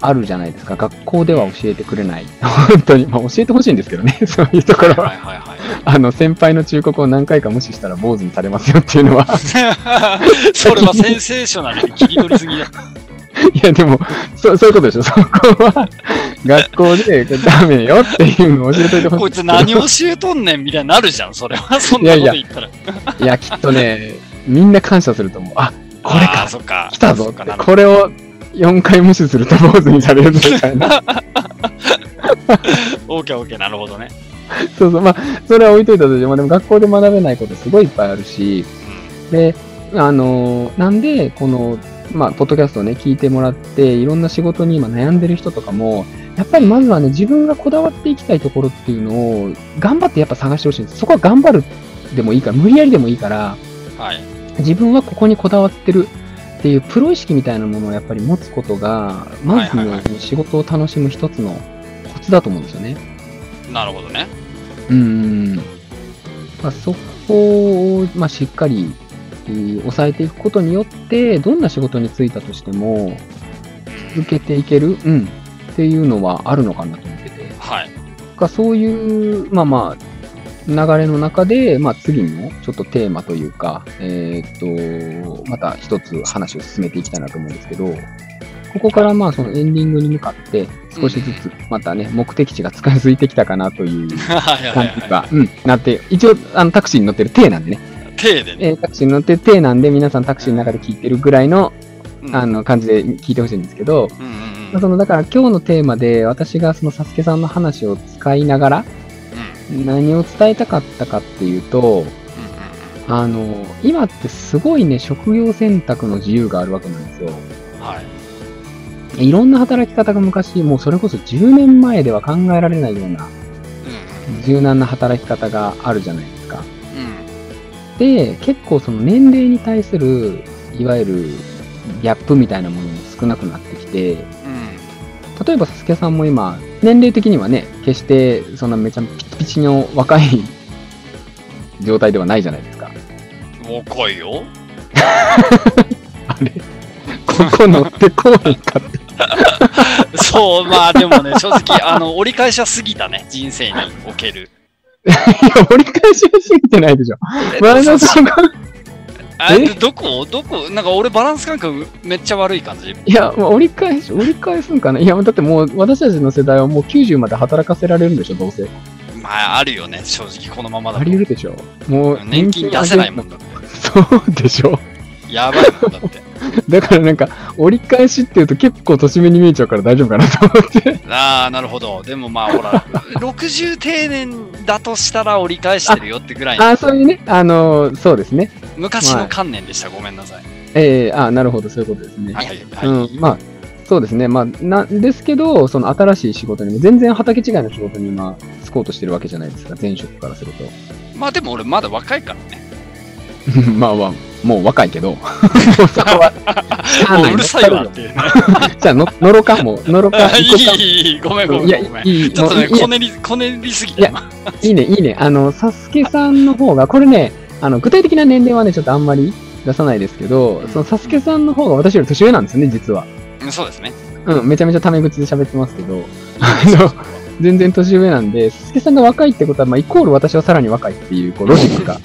A: あるじゃないですか学校では教えてくれない 本当に、まあ、教えてほしいんですけどね そういうところは
C: はいはいはい。
A: あの先輩の忠告を何回か無視したら坊主にされますよっていうのは
C: それはセンセーショナルに切り取りすぎだ。
A: いやでもそそういうことでしょそこは 学校でダメよっていうのを教えておいてほしい
C: こいつ何教えとんねんみたいになるじゃん、それは。そんなこと言ったら。
A: いやきっとねみんな感謝すると思うあこれ
C: あ
A: か
C: ーそっか。
A: 来たぞ
C: そ
A: っ
C: っか
A: て
C: なるほ
A: これを4回無視すると坊主にされるみたいな
C: どオーケーオーケー、なるほどね。
A: そうそう、まあ、それは置いといたとしても、でも学校で学べないことすごいいっぱいあるし、で、あのーなんで、この、まあ、ポッドキャストをね、聞いてもらって、いろんな仕事に今悩んでる人とかも、やっぱりまずはね、自分がこだわっていきたいところっていうのを、頑張ってやっぱ探してほしいんです。そこは頑張るでもいいから、無理やりでもいいから、
C: うん。はい。
A: 自分はここにこだわってるっていうプロ意識みたいなものをやっぱり持つことが、まず
C: はいはい
A: の
C: はい
A: その仕事を楽しむ一つのコツだと思うんですよね。
C: なるほどね。
A: うん、まあ、そこを、まあ、しっかり、えー抑えていくことによってどんな仕事に就いたとしても続けていける、うん、っていうのはあるのかなと思ってて
C: はい。
A: かそういうまあまあ流れの中で、まあ、次のちょっとテーマというか、えーっとまた一つ話を進めていきたいなと思うんですけどここからまあそのエンディングに向かって少しずつまたね目的地が近づいてきたかなという
C: はいはい
A: 感じ
C: は
A: が、うん、なって、一応、あの、タクシーに乗ってる体なんでね、
C: い。手でね。
A: えータクシーに乗ってる体なんで、皆さんタクシーの中で聞いてるぐらいの、
C: うん
A: あの、感じで聞いてほしいんですけど、
C: うんうんうん。
A: その、だから今日のテーマで、私がその、サスケさんの話を使いながら、何を伝えたかったかっていうと、
C: う
A: あの、今ってすごいね、職業選択の自由があるわけなんですよ。
C: んうんうんはい。
A: いろんな働き方が昔、もうそれこそ10年前では考えられないような、柔軟な働き方があるじゃないですか。
C: うんうん。
A: で結構その年齢に対するいわゆるギャップみたいなものも少なくなってきて
C: うん。
A: 例えばサスケさんも今年齢的にはね決してそんなめちゃピチピチの若い 状態ではないじゃないですか
C: うん。若いよ。
A: あれここ乗ってこうへんかって
C: そう、まあでもね、 正直、あの、折り返しは過ぎたね、人生にお ける。
A: いや折り返しは過ぎてないでしょ前田さんが
C: あ
A: え
C: どこどこなんか俺バランス感覚めっちゃ悪い感じ
A: いや、まあ、折り返し折り返すんかないやだってもう私たちの世代はもう90まで働かせられるんでしょどうせ
C: まああるよね、正直このままだ
A: あ
C: と
A: り。得るでしょもう
C: 年金出せないもんだって。
A: そうでしょ
C: やばいもんだって。
A: だからなんか、折り返しっていうと結構年目に見えちゃうから大丈夫かなと思って。
C: ああ、なるほど。でもまあほら、60定年だとしたら折り返してるよってぐらいの、
A: あ、そういうね、あのーそうですね。
C: 昔の観念でした。ごめんなさい。
A: えー、あ、なるほど、そういうことですね。
C: はいはいはい。
A: うん、まあ、そうですね。まあ、なんですけど、その新しい仕事にも、全然畑違いの仕事に今、つこうとしてるわけじゃないですか、前職からすると。
C: まあでも俺まだ若いからね。
A: まあまあ、もう若いけ ど、もうそこは、しゃあ
C: も
A: な
C: ううるさ いわっていうね。
A: じゃあ、ののろかも、 のろか、
C: い
A: 行こうか
C: いいいいい、ごめんごめ
A: いや、
C: ん
A: い
C: ごめん。
A: い、いい
C: ちょっと
A: も
C: ね、
A: ういい
C: こねり、こねりすぎ
A: い
C: た
A: や
C: 今。
A: いいね、いいね。あの、サスケさんの方が、これね、あの、具体的な年齢はね、ちょっとあんまり出さないですけど、そのサスケさんの方が私より年上なんですよね、実は。
C: うんそうですね。
A: うん、めちゃめちゃタメ口で喋ってますけど、あの、全然年上なんで、サスケさんが若いってことは、まあ、イコール私はさらに若いっていう、こう、ロジック が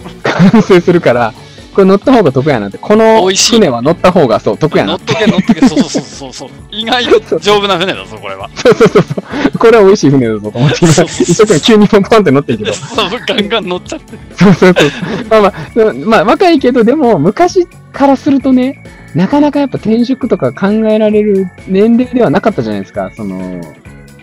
A: 完成するから、これ乗った方が得やなって、この
C: 美味しい
A: 船は乗った方が、そう、得や
C: 乗
A: な
C: っ。とけ乗っとけ、そうそうそうそうそう。意外と丈夫な船だぞ、これは。
A: そうそうそうそう。これは美味しい船だぞと思って、今、
C: そうそうそう
A: 一生懸命急にポンポンって乗ってるけど。
C: そうガンガン乗っちゃって。
A: そうそうそう。まあまあそう、まあ若いけど、でも昔からするとね、なかなかやっぱ転職とか考えられる年齢ではなかったじゃないですか、その、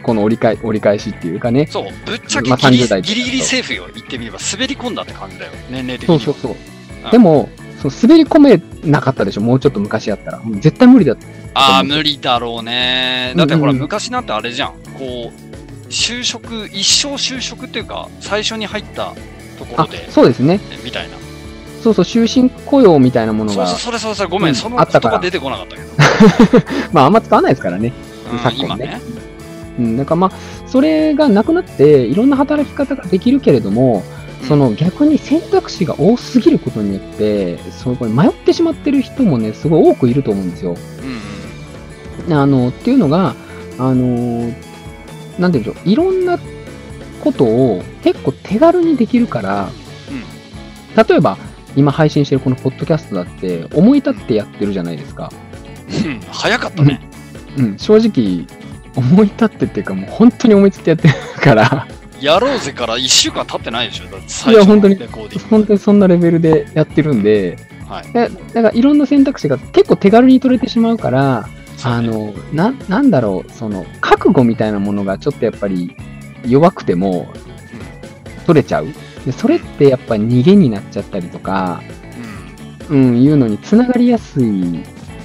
A: この折り返折り返しっていうかね。
C: そう、ぶっちゃけ
A: まあ
C: ギリ,、
A: 30代
C: ギリギリセーフよ、言ってみれば、滑り込んだって感じだよ、年齢的に
A: そう
C: は。
A: そうそう
C: うん。
A: でも、その滑り込めなかったでしょ、もうちょっと昔やったら。もう絶対無理だった。
C: ああ、無理だろうね。だってほら、
A: うんうん
C: 昔なんてあれじゃん、こう、就職、一生就職っていうか、最初に入ったところ
A: あ
C: で、、
A: そうですね。
C: みたいな。
A: そうそう、終身雇用みたいなもの
C: そう
A: が、
C: そう、それそれそれ、ごめん、
A: うん
C: その
A: あっ
C: 言
A: たから
C: 葉出てこなかったけど、
A: まああんま使わないですからね。
C: うん、
A: 昨
C: 今
A: 今ね
C: ね。
A: うん、なんかまあ、それがなくなって、いろんな働き方ができるけれども、その逆に選択肢が多すぎることによって、そのこれ迷ってしまってる人もね、すごい多くいると思うんですよ。
C: うんうん。
A: あのっていうのが、あのなんていうんでしょう、いろんなことを結構手軽にできるから、例えば、今配信してるこのポッドキャストだって、思い立ってやってるじゃないですか。
C: うんうん 早かったね。
A: うん、正直、思い立ってっていうか、もう本当に思いつきやってるから、
C: やろうぜから1週間経ってないでしょ、だって最
A: いや
C: 初
A: 本
C: の
A: 当に
C: レコーディング。
A: 本当にそんなレベルでやってるんで、
C: はい
A: だだからいろんな選択肢が結構手軽に取れてしまうから、あのななんだろうその覚悟みたいなものがちょっとやっぱり弱くても取れちゃうでそれってやっぱ逃げになっちゃったりとか、
C: うん
A: うん、いうのにつながりやすい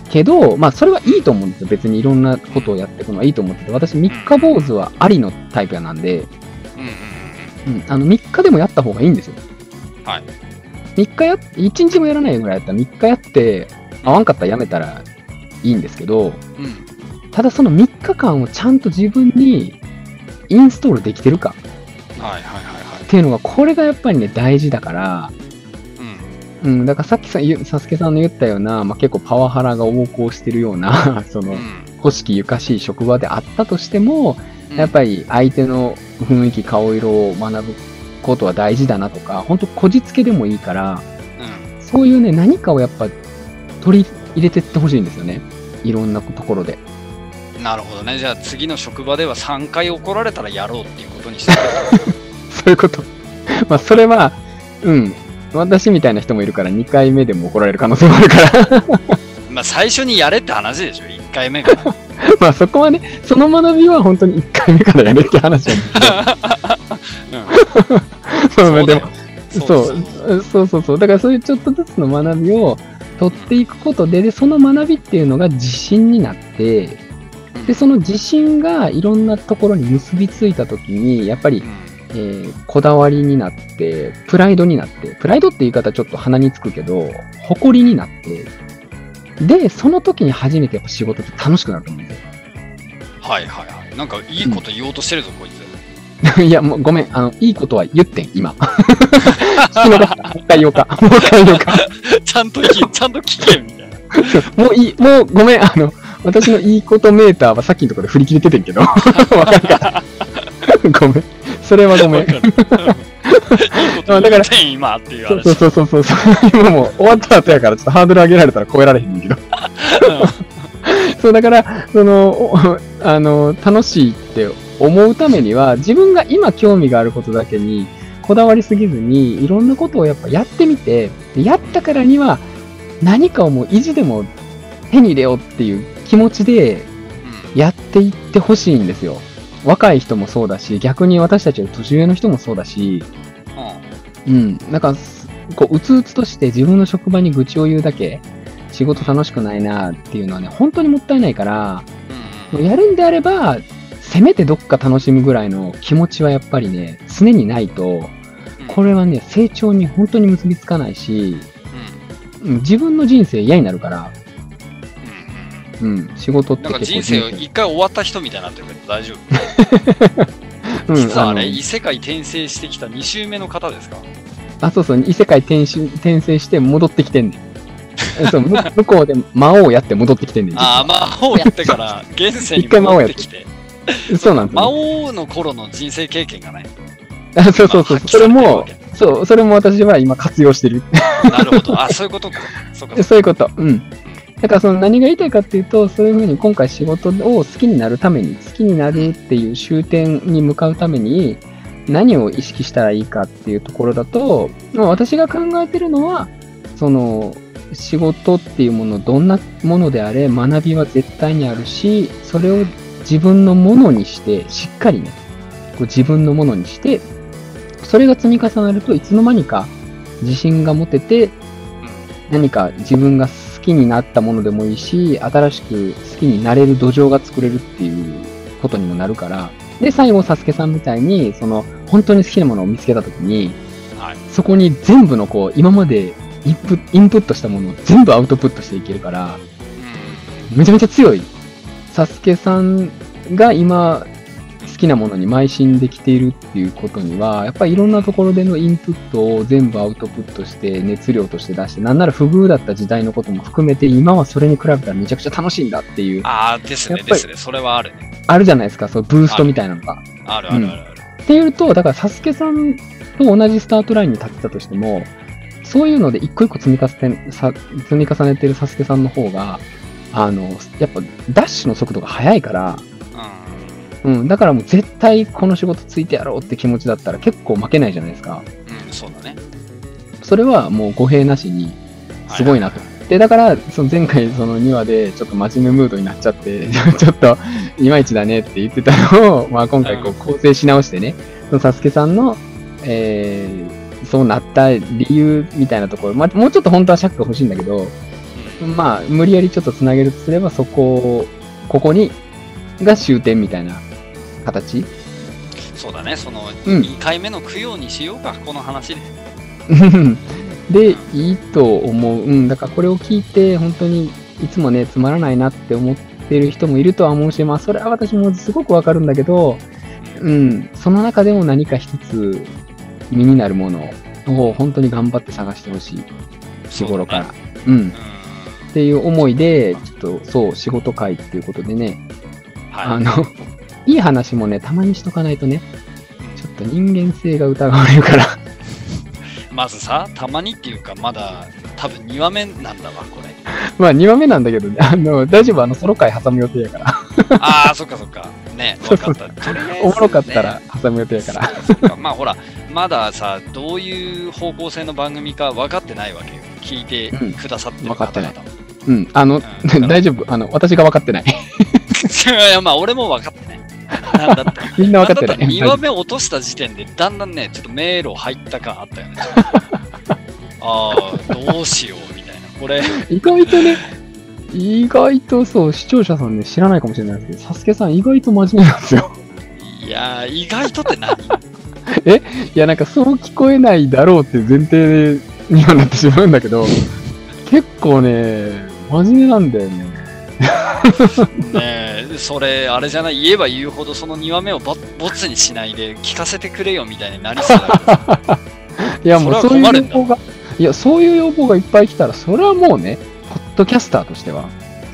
A: けど、まあ、それはいいと思うんですよ別にいろんなことをやっていくのはいいと思ってて私三日坊主はありのタイプなんで、
C: うんう
A: う
C: ん
A: ん、あの3日でもやった方がいいんですよ
C: はい
A: 3日や1日もやらないぐらいやったら3日やって合わんかったらやめたらいいんですけど、
C: うんうんうん
A: ただその3日間をちゃんと自分にインストールできてるか
C: はいはいはいはい
A: っ。ていうのが、これがやっぱりね、大事だから、
C: うん
A: うん、だからさっきさ、ゆサスケさんの言ったような、まあ、結構パワハラが横行してるような、 その、古式ゆかしい職場であったとしても、
C: うん
A: やっぱり相手の雰囲気、顔色を学ぶことは大事だなとか、本当こじつけでもいいから、
C: うん
A: そういうね、何かをやっぱ取り入れてってほしいんですよね。いろんなところで。
C: なるほどね。じゃあ次の職場では3回怒られたらやろうっていうことにして る。
A: そういうこと。 まあ、それは、うん。私みたいな人もいるから、2回目でも怒られる可能性もあるから、
C: まあ最初にやれって話でしょ、1回 目から。
A: まあそこはね、その学びは本当に1回目からやれって話なんですけ
C: うん
A: どそうまあでも、
C: そう
A: そ
C: そう
A: そうそうそうそう。だからそういうちょっとずつの学びを取っていくことで、で、その学びっていうのが自信になって、で、その自信がいろんなところに結びついたときに、やっぱり
C: う、ん
A: えーこだわりになって、プライドになって、プライドって言い方ちょっと鼻につくけど、誇りになって、で、その時に初めてやっぱ仕事って楽しくなると思うんです
C: はいはいはい。なんかいいこと言おうとしてるぞ、こいつ。
A: よ。 いや、もうごめん、あの、いいことは言ってん、今。 聞き逃した。もう一回言おうか。もう一回言おうか。
C: ちゃんと聞け、ちゃんと聞けみたいな。
A: もういい、もうごめん、あの、私のいいことメーターはさっきのところで振り切れててんけど。わ かるか。ごめん。それはごめん。
C: わかるうんいいこと言ってん今っていう
A: そう
C: 話。
A: そうそうそうそう。今もう終わった後やから、ちょっとハードル上げられたら超えられへんねんけど。そうだからそのおあの楽しいって思うためには自分が今興味があることだけにこだわりすぎずにいろんなことをやっぱやってみてでやったからには何かをもう意地でも手に入れようっていう気持ちで
C: うん
A: やっていってほしいんですよ若い人もそうだし逆に私たちより年上の人もそうだしう
C: う
A: ん、なんかすこううつうつとして自分の職場に愚痴を言うだけ仕事楽しくないなっていうのはね本当にもったいないから
C: んうん
A: やるんであれば、せめてどっか楽しむぐらいの気持ちはやっぱりね、常にないと、
C: うん
A: これはね、成長に本当に結びつかないし、
C: う
A: う
C: ん
A: ん自分の人生嫌になるから、
C: うん
A: うん、仕事っ
C: うん
A: て
C: なん
A: 結
C: か
A: 構
C: 人生を一回終わった人みたいになってるけど大丈夫。
A: うん
C: 実はあれ、
A: の
C: 異世界転生してきた2周目の方ですか
A: あ、そうそう、異世界転身転生して戻ってきてんねん。そうむ向こうで魔王やって戻ってきてんねん。
C: ああ、魔王やってから、現世に
A: 一回魔王
C: 戻
A: や
C: っ
A: ってて
C: きて。
A: そうなんです
C: 魔
A: よ、
C: 王の頃の人生経験がない。
A: あそうそうそう。
C: まあ
A: それも
C: 発揮されてるわ、
A: そう、それも私は今活用してる。
C: けなるほど。あ、そういうことか。そうか。
A: そういうこと。うん。だからその何が言いたいかっていうと、そういうふうに今回仕事を好きになるために、好きになるっていう終点に向かうために、何を意識したらいいかっていうところだと、まあ、私が考えてるのは、その、仕事っていうもの、どんなものであれ、学びは絶対にあるし、それを自分のものにして、しっかりね、こう自分のものにして、それが積み重なるといつの間にか自信が持てて、何か自分が好きになったものでもいいし、新しく好きになれる土壌が作れるっていうことにもなるから、で、最後、サスケさんみたいに、その、本当に好きなものを見つけたときに、
C: はい
A: そこに全部のこう、今までインプインプットしたものを全部アウトプットしていけるから、めちゃめちゃ強い。サスケさんが今、好きなものに邁進できているっていうことには、やっぱりいろんなところでのインプットを全部アウトプットして、熱量として出して、なんなら不遇だった時代のことも含めて、今はそれに比べたらめちゃくちゃ楽しいんだっていう、
C: ああ、ですね、
A: やっぱり
C: ですね。それはあるね。
A: あるじゃないですか、そうブーストみたいなのが。
C: あるあるあるある。
A: っていうと、だから、サスケさんと同じスタートラインに立ってたとしても、そういうので一個一個積み重ねさ積み重ねてるサスケさんの方が、あの、やっぱダッシュの速度が速いから、うん、だからもう絶対この仕事ついてやろうって気持ちだったら結構負けないじゃないですか。
C: うん、うん、そうだね。
A: それはもう語弊なしに、すごいなと。で、だから、その前回その2話でちょっと真面目ムードになっちゃって、 ちょっといまいちだねって言ってたのを、ま あ今回こう構成し直してね、そのサスケさんの、えー、そうなった理由みたいなところ、まあもうちょっと本当は尺が欲しいんだけど、まあ無理やりちょっとつなげるとすればそこを、ここに、が終点みたいな形
C: そうだね。その、
A: うん
C: 2回目の供養にしようか、この話で。
A: うんで、いいと思う。うん、だからこれを聞いて、本当にいつもね、つまらないなって思ってる人もいるとは思うし、まあ、それは私もすごくわかるんだけど、うん、その中でも何か一つ身になるものを本当に頑張って探してほしい、日
C: そうだね
A: 頃から。うん、
C: う
A: っていう思いで、ちょっとそう、仕事会っていうことでね、
C: ん。
A: あ
C: はい。
A: の、 いい話もね、たまにしとかないとね、ちょっと人間性が疑われるから。
C: まずさ、たまにっていうか、まだ、多分2話目なんだわ、こ れ。
A: まあ2話目なんだけどね、 あの、大丈夫、あの、ソロ回挟む予定やから、
C: ああ、そっかそっか。 ね、わかった。とりあえずね
A: おもろかったら挟む予定やから。
C: そっかまあほら、まださ、どういう方向性の番組か分かってないわけよ。聞いてくださってる
A: うん分かって
C: 方
A: ない
C: 々も。
A: うん、あの、
C: うん
A: 大丈夫、あの、私が分かってない。
C: いや、まあ俺も分かってない。なんだったら。
A: みんな 分かって
C: な
A: なんい。
C: だ
A: 大丈
C: ったら2話
A: 夫
C: 目落とした時点で、だんだんね、ちょっと迷路入った感あっ たよね。ああ、どうしようみたいな。これ、
A: 意外とね、意外とそう、視聴者さんね、知らないかもしれないですけど、サスケさん意外と真面目なんですよ。
C: いやー、意外とって何
A: いや、なんかそう聞こえないだろうっていう前提にはなってしまうんだけど、結構ね、真面目なんだよね。
C: ねえ、それ、あれじゃない、言えば言うほど、その2話目をボボツにしないで、聞かせてくれよみたいになりそうだけど
A: いや、もう
C: そ
A: そ
C: れ
A: う
C: は困
A: い
C: る
A: うん
C: だ
A: 要望が、いや、そういう要望がいっぱい来たら、それはもうね、ポッドキャスターとしては、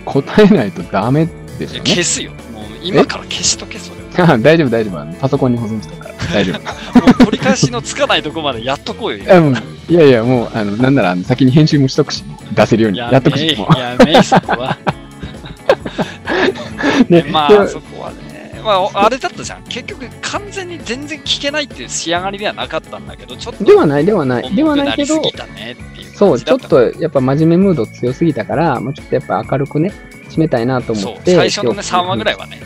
A: 答えないとダメですよね。
C: 消すよ。もう今から消しとけ、それを。
A: 大丈夫、大丈夫。 あのパソコンに保存してるから。大丈夫。
C: もう取り返しのつかないとこまでやっとこうよ。
A: あもういやいや、もう、あの、なんなら、あの先に編集もしとくし、出せるように、やっとく
C: めえ
A: し、もう。
C: やめえ、そこは。
A: ね
C: ま
A: で
C: あ、そこはね。まあ、あれだったじゃん。結局、完全に全然聞けないっていう仕上がりではなかったんだけど、ちょっと
A: ではない、ではない。で
C: 重
A: は
C: く
A: な
C: ない
A: け
C: りす
A: ど
C: ぎ、たねっていう
A: そ
C: 感
A: う、
C: じ
A: ちょ
C: だ
A: っ
C: ったの。
A: とやっぱ真面目ムード強すぎたから、もうちょっとやっぱ明るくね、締めたいなと
C: そ
A: 思
C: う
A: っ、て。
C: 最初のね、3話ぐら
A: い
C: いはね。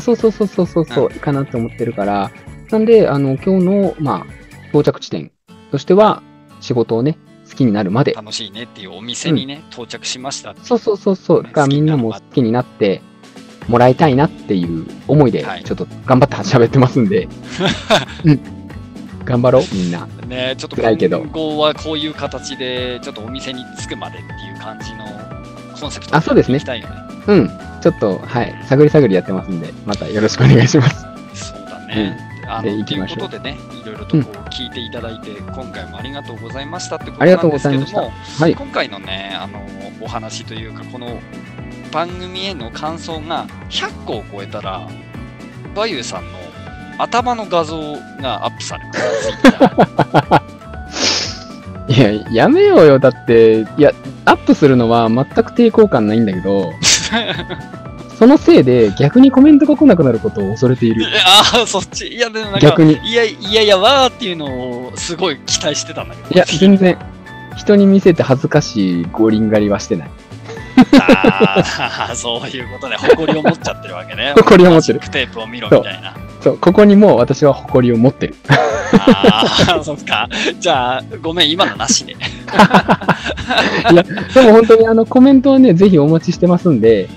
A: そうそうそうそうそうそう、かなと思ってるから、なんで、あの、今日の、まあ、到着地点としては、仕事をね、好きになるまで、
C: 楽しいねっていうお店にね、到着しましたっていう
A: そうそうそうそう、
C: ね
A: がみんなも好きになってもらいたいなっていう思いで
C: はい、
A: ちょっと頑張って喋ってます んで、うん、頑張ろう、みんな。
C: ねちょっと
A: 辛いけど
C: 今後はこういう形で、ちょっとお店に着くまでっていう感じのコンセプト
A: あそうですね
C: いきたいよね。
A: うん、ちょっと、はい、探り探りやってますんで、またよろしくお願いします。
C: そうだね。あ
A: で
C: の
A: 行
C: と
A: き
C: いう
A: ま
C: こ
A: しょ
C: と
A: う
C: でね、いろいろとこう聞いていただいて、今回もありがとうございましたってこと
A: ありが
C: な
A: と
C: ん
A: う
C: で
A: ご
C: す
A: ざ
C: け
A: い
C: ど
A: ました。
C: も、
A: はい、
C: 今回のね、あのお話というか、この番組への感想が100個を超えたら、バユさんの頭の画像がアップされます。Twitter
A: いや、やめようよ、だって、いや、アップするのは全く抵抗感ないんだけど、そのせいで逆にコメントが来なくなることを恐れてい
C: い
A: る。
C: や ああ、そっち。いや、でもなんか
A: 逆、に。
C: いやいやいや、わーっていうのをすごい期待してたんだけど。
A: いや、全然、人に見せて恥ずかしい五輪狩りはしてない。
C: あああ、 そういうことね。誇りを持っちゃってるわけね。
A: 誇りを持ってる
C: マジックテープを見ろみたいな。
A: そう、ここにもう私は誇りを持ってる。
C: あ あ、そっか。じゃあ、ごめん、今の なしで。
A: でも本当にあのコメントはね、ぜひお待ちしてますんで、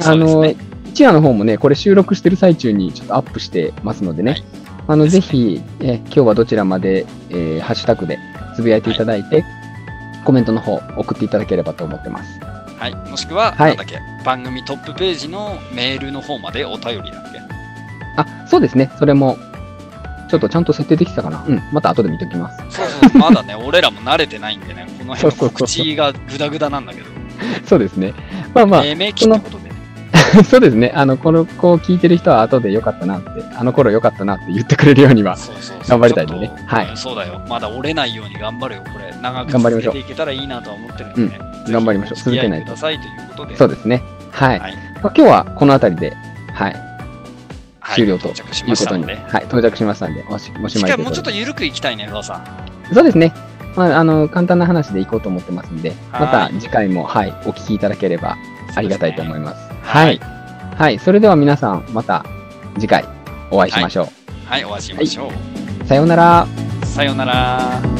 A: あ
C: そう
A: の、
C: ですね。
A: チアの方もね、これ収録してる最中にちょっとアップしてますのでね、
C: はい
A: あの、
C: です
A: ぜ
C: ね
A: ひ、え今日はどちらまで、えーハッシュタグでつぶやいていただいて、コメントの方送っていただければと思ってます。
C: はい。もしくは、
A: はい
C: なんだっけ、番組トップページのメールの方までお便りだっけ。
A: あ、そうですね、それも、ちょっとちゃんと設定できてたかな。うん、また後で見ときます。
C: そうそう、 まだね、俺らも慣れてないんでね、この辺
A: そうそう
C: の
A: そう
C: 告知がグダグダなんだけど、
A: そうですね。まあま
C: 黎明期ってことでね。
A: あ、 そうですね、あの、この子を聞いてる人は後でよかったなって、あの頃よかったなって言ってくれるようには、
C: そうそうそう
A: 頑張りたいんでね
C: ちょっと
A: はい
C: うんそうだよ。まだ折れないように頑張るよ、これ。長く
A: 頑張りま
C: 続
A: しょ
C: け
A: う
C: ていけたらいいなとは思ってるんでね。
A: うん頑張りましょう
C: ぜひお付き
A: 続
C: 合
A: けない
C: く
A: と
C: ださいということで。
A: そうですね。はい。
C: はい
A: まあ、今日はこの辺りで、はい、
C: はい
A: 終了と
C: 到着し
A: い
C: ま
A: う
C: し
A: こ
C: た
A: と
C: の
A: に、
C: で。
A: はい、到着しましたんで、おしおし
C: し
A: まい
C: か
A: という
C: もも
A: こ
C: うちょ
A: とで
C: っと緩く行きたいね、不破さん。
A: そうですね。まあ、あの、簡単な話でいこうと思ってますんで、ま
C: は
A: た
C: い
A: 次回も、はい、お聞きいただければありがたいと思い
C: ま
A: ます。
C: は
A: はいい。はい、それでは皆さん、また次回お会いしましょう。
C: す。はい、お会いしましょう。
A: さようなら。
C: さようなら。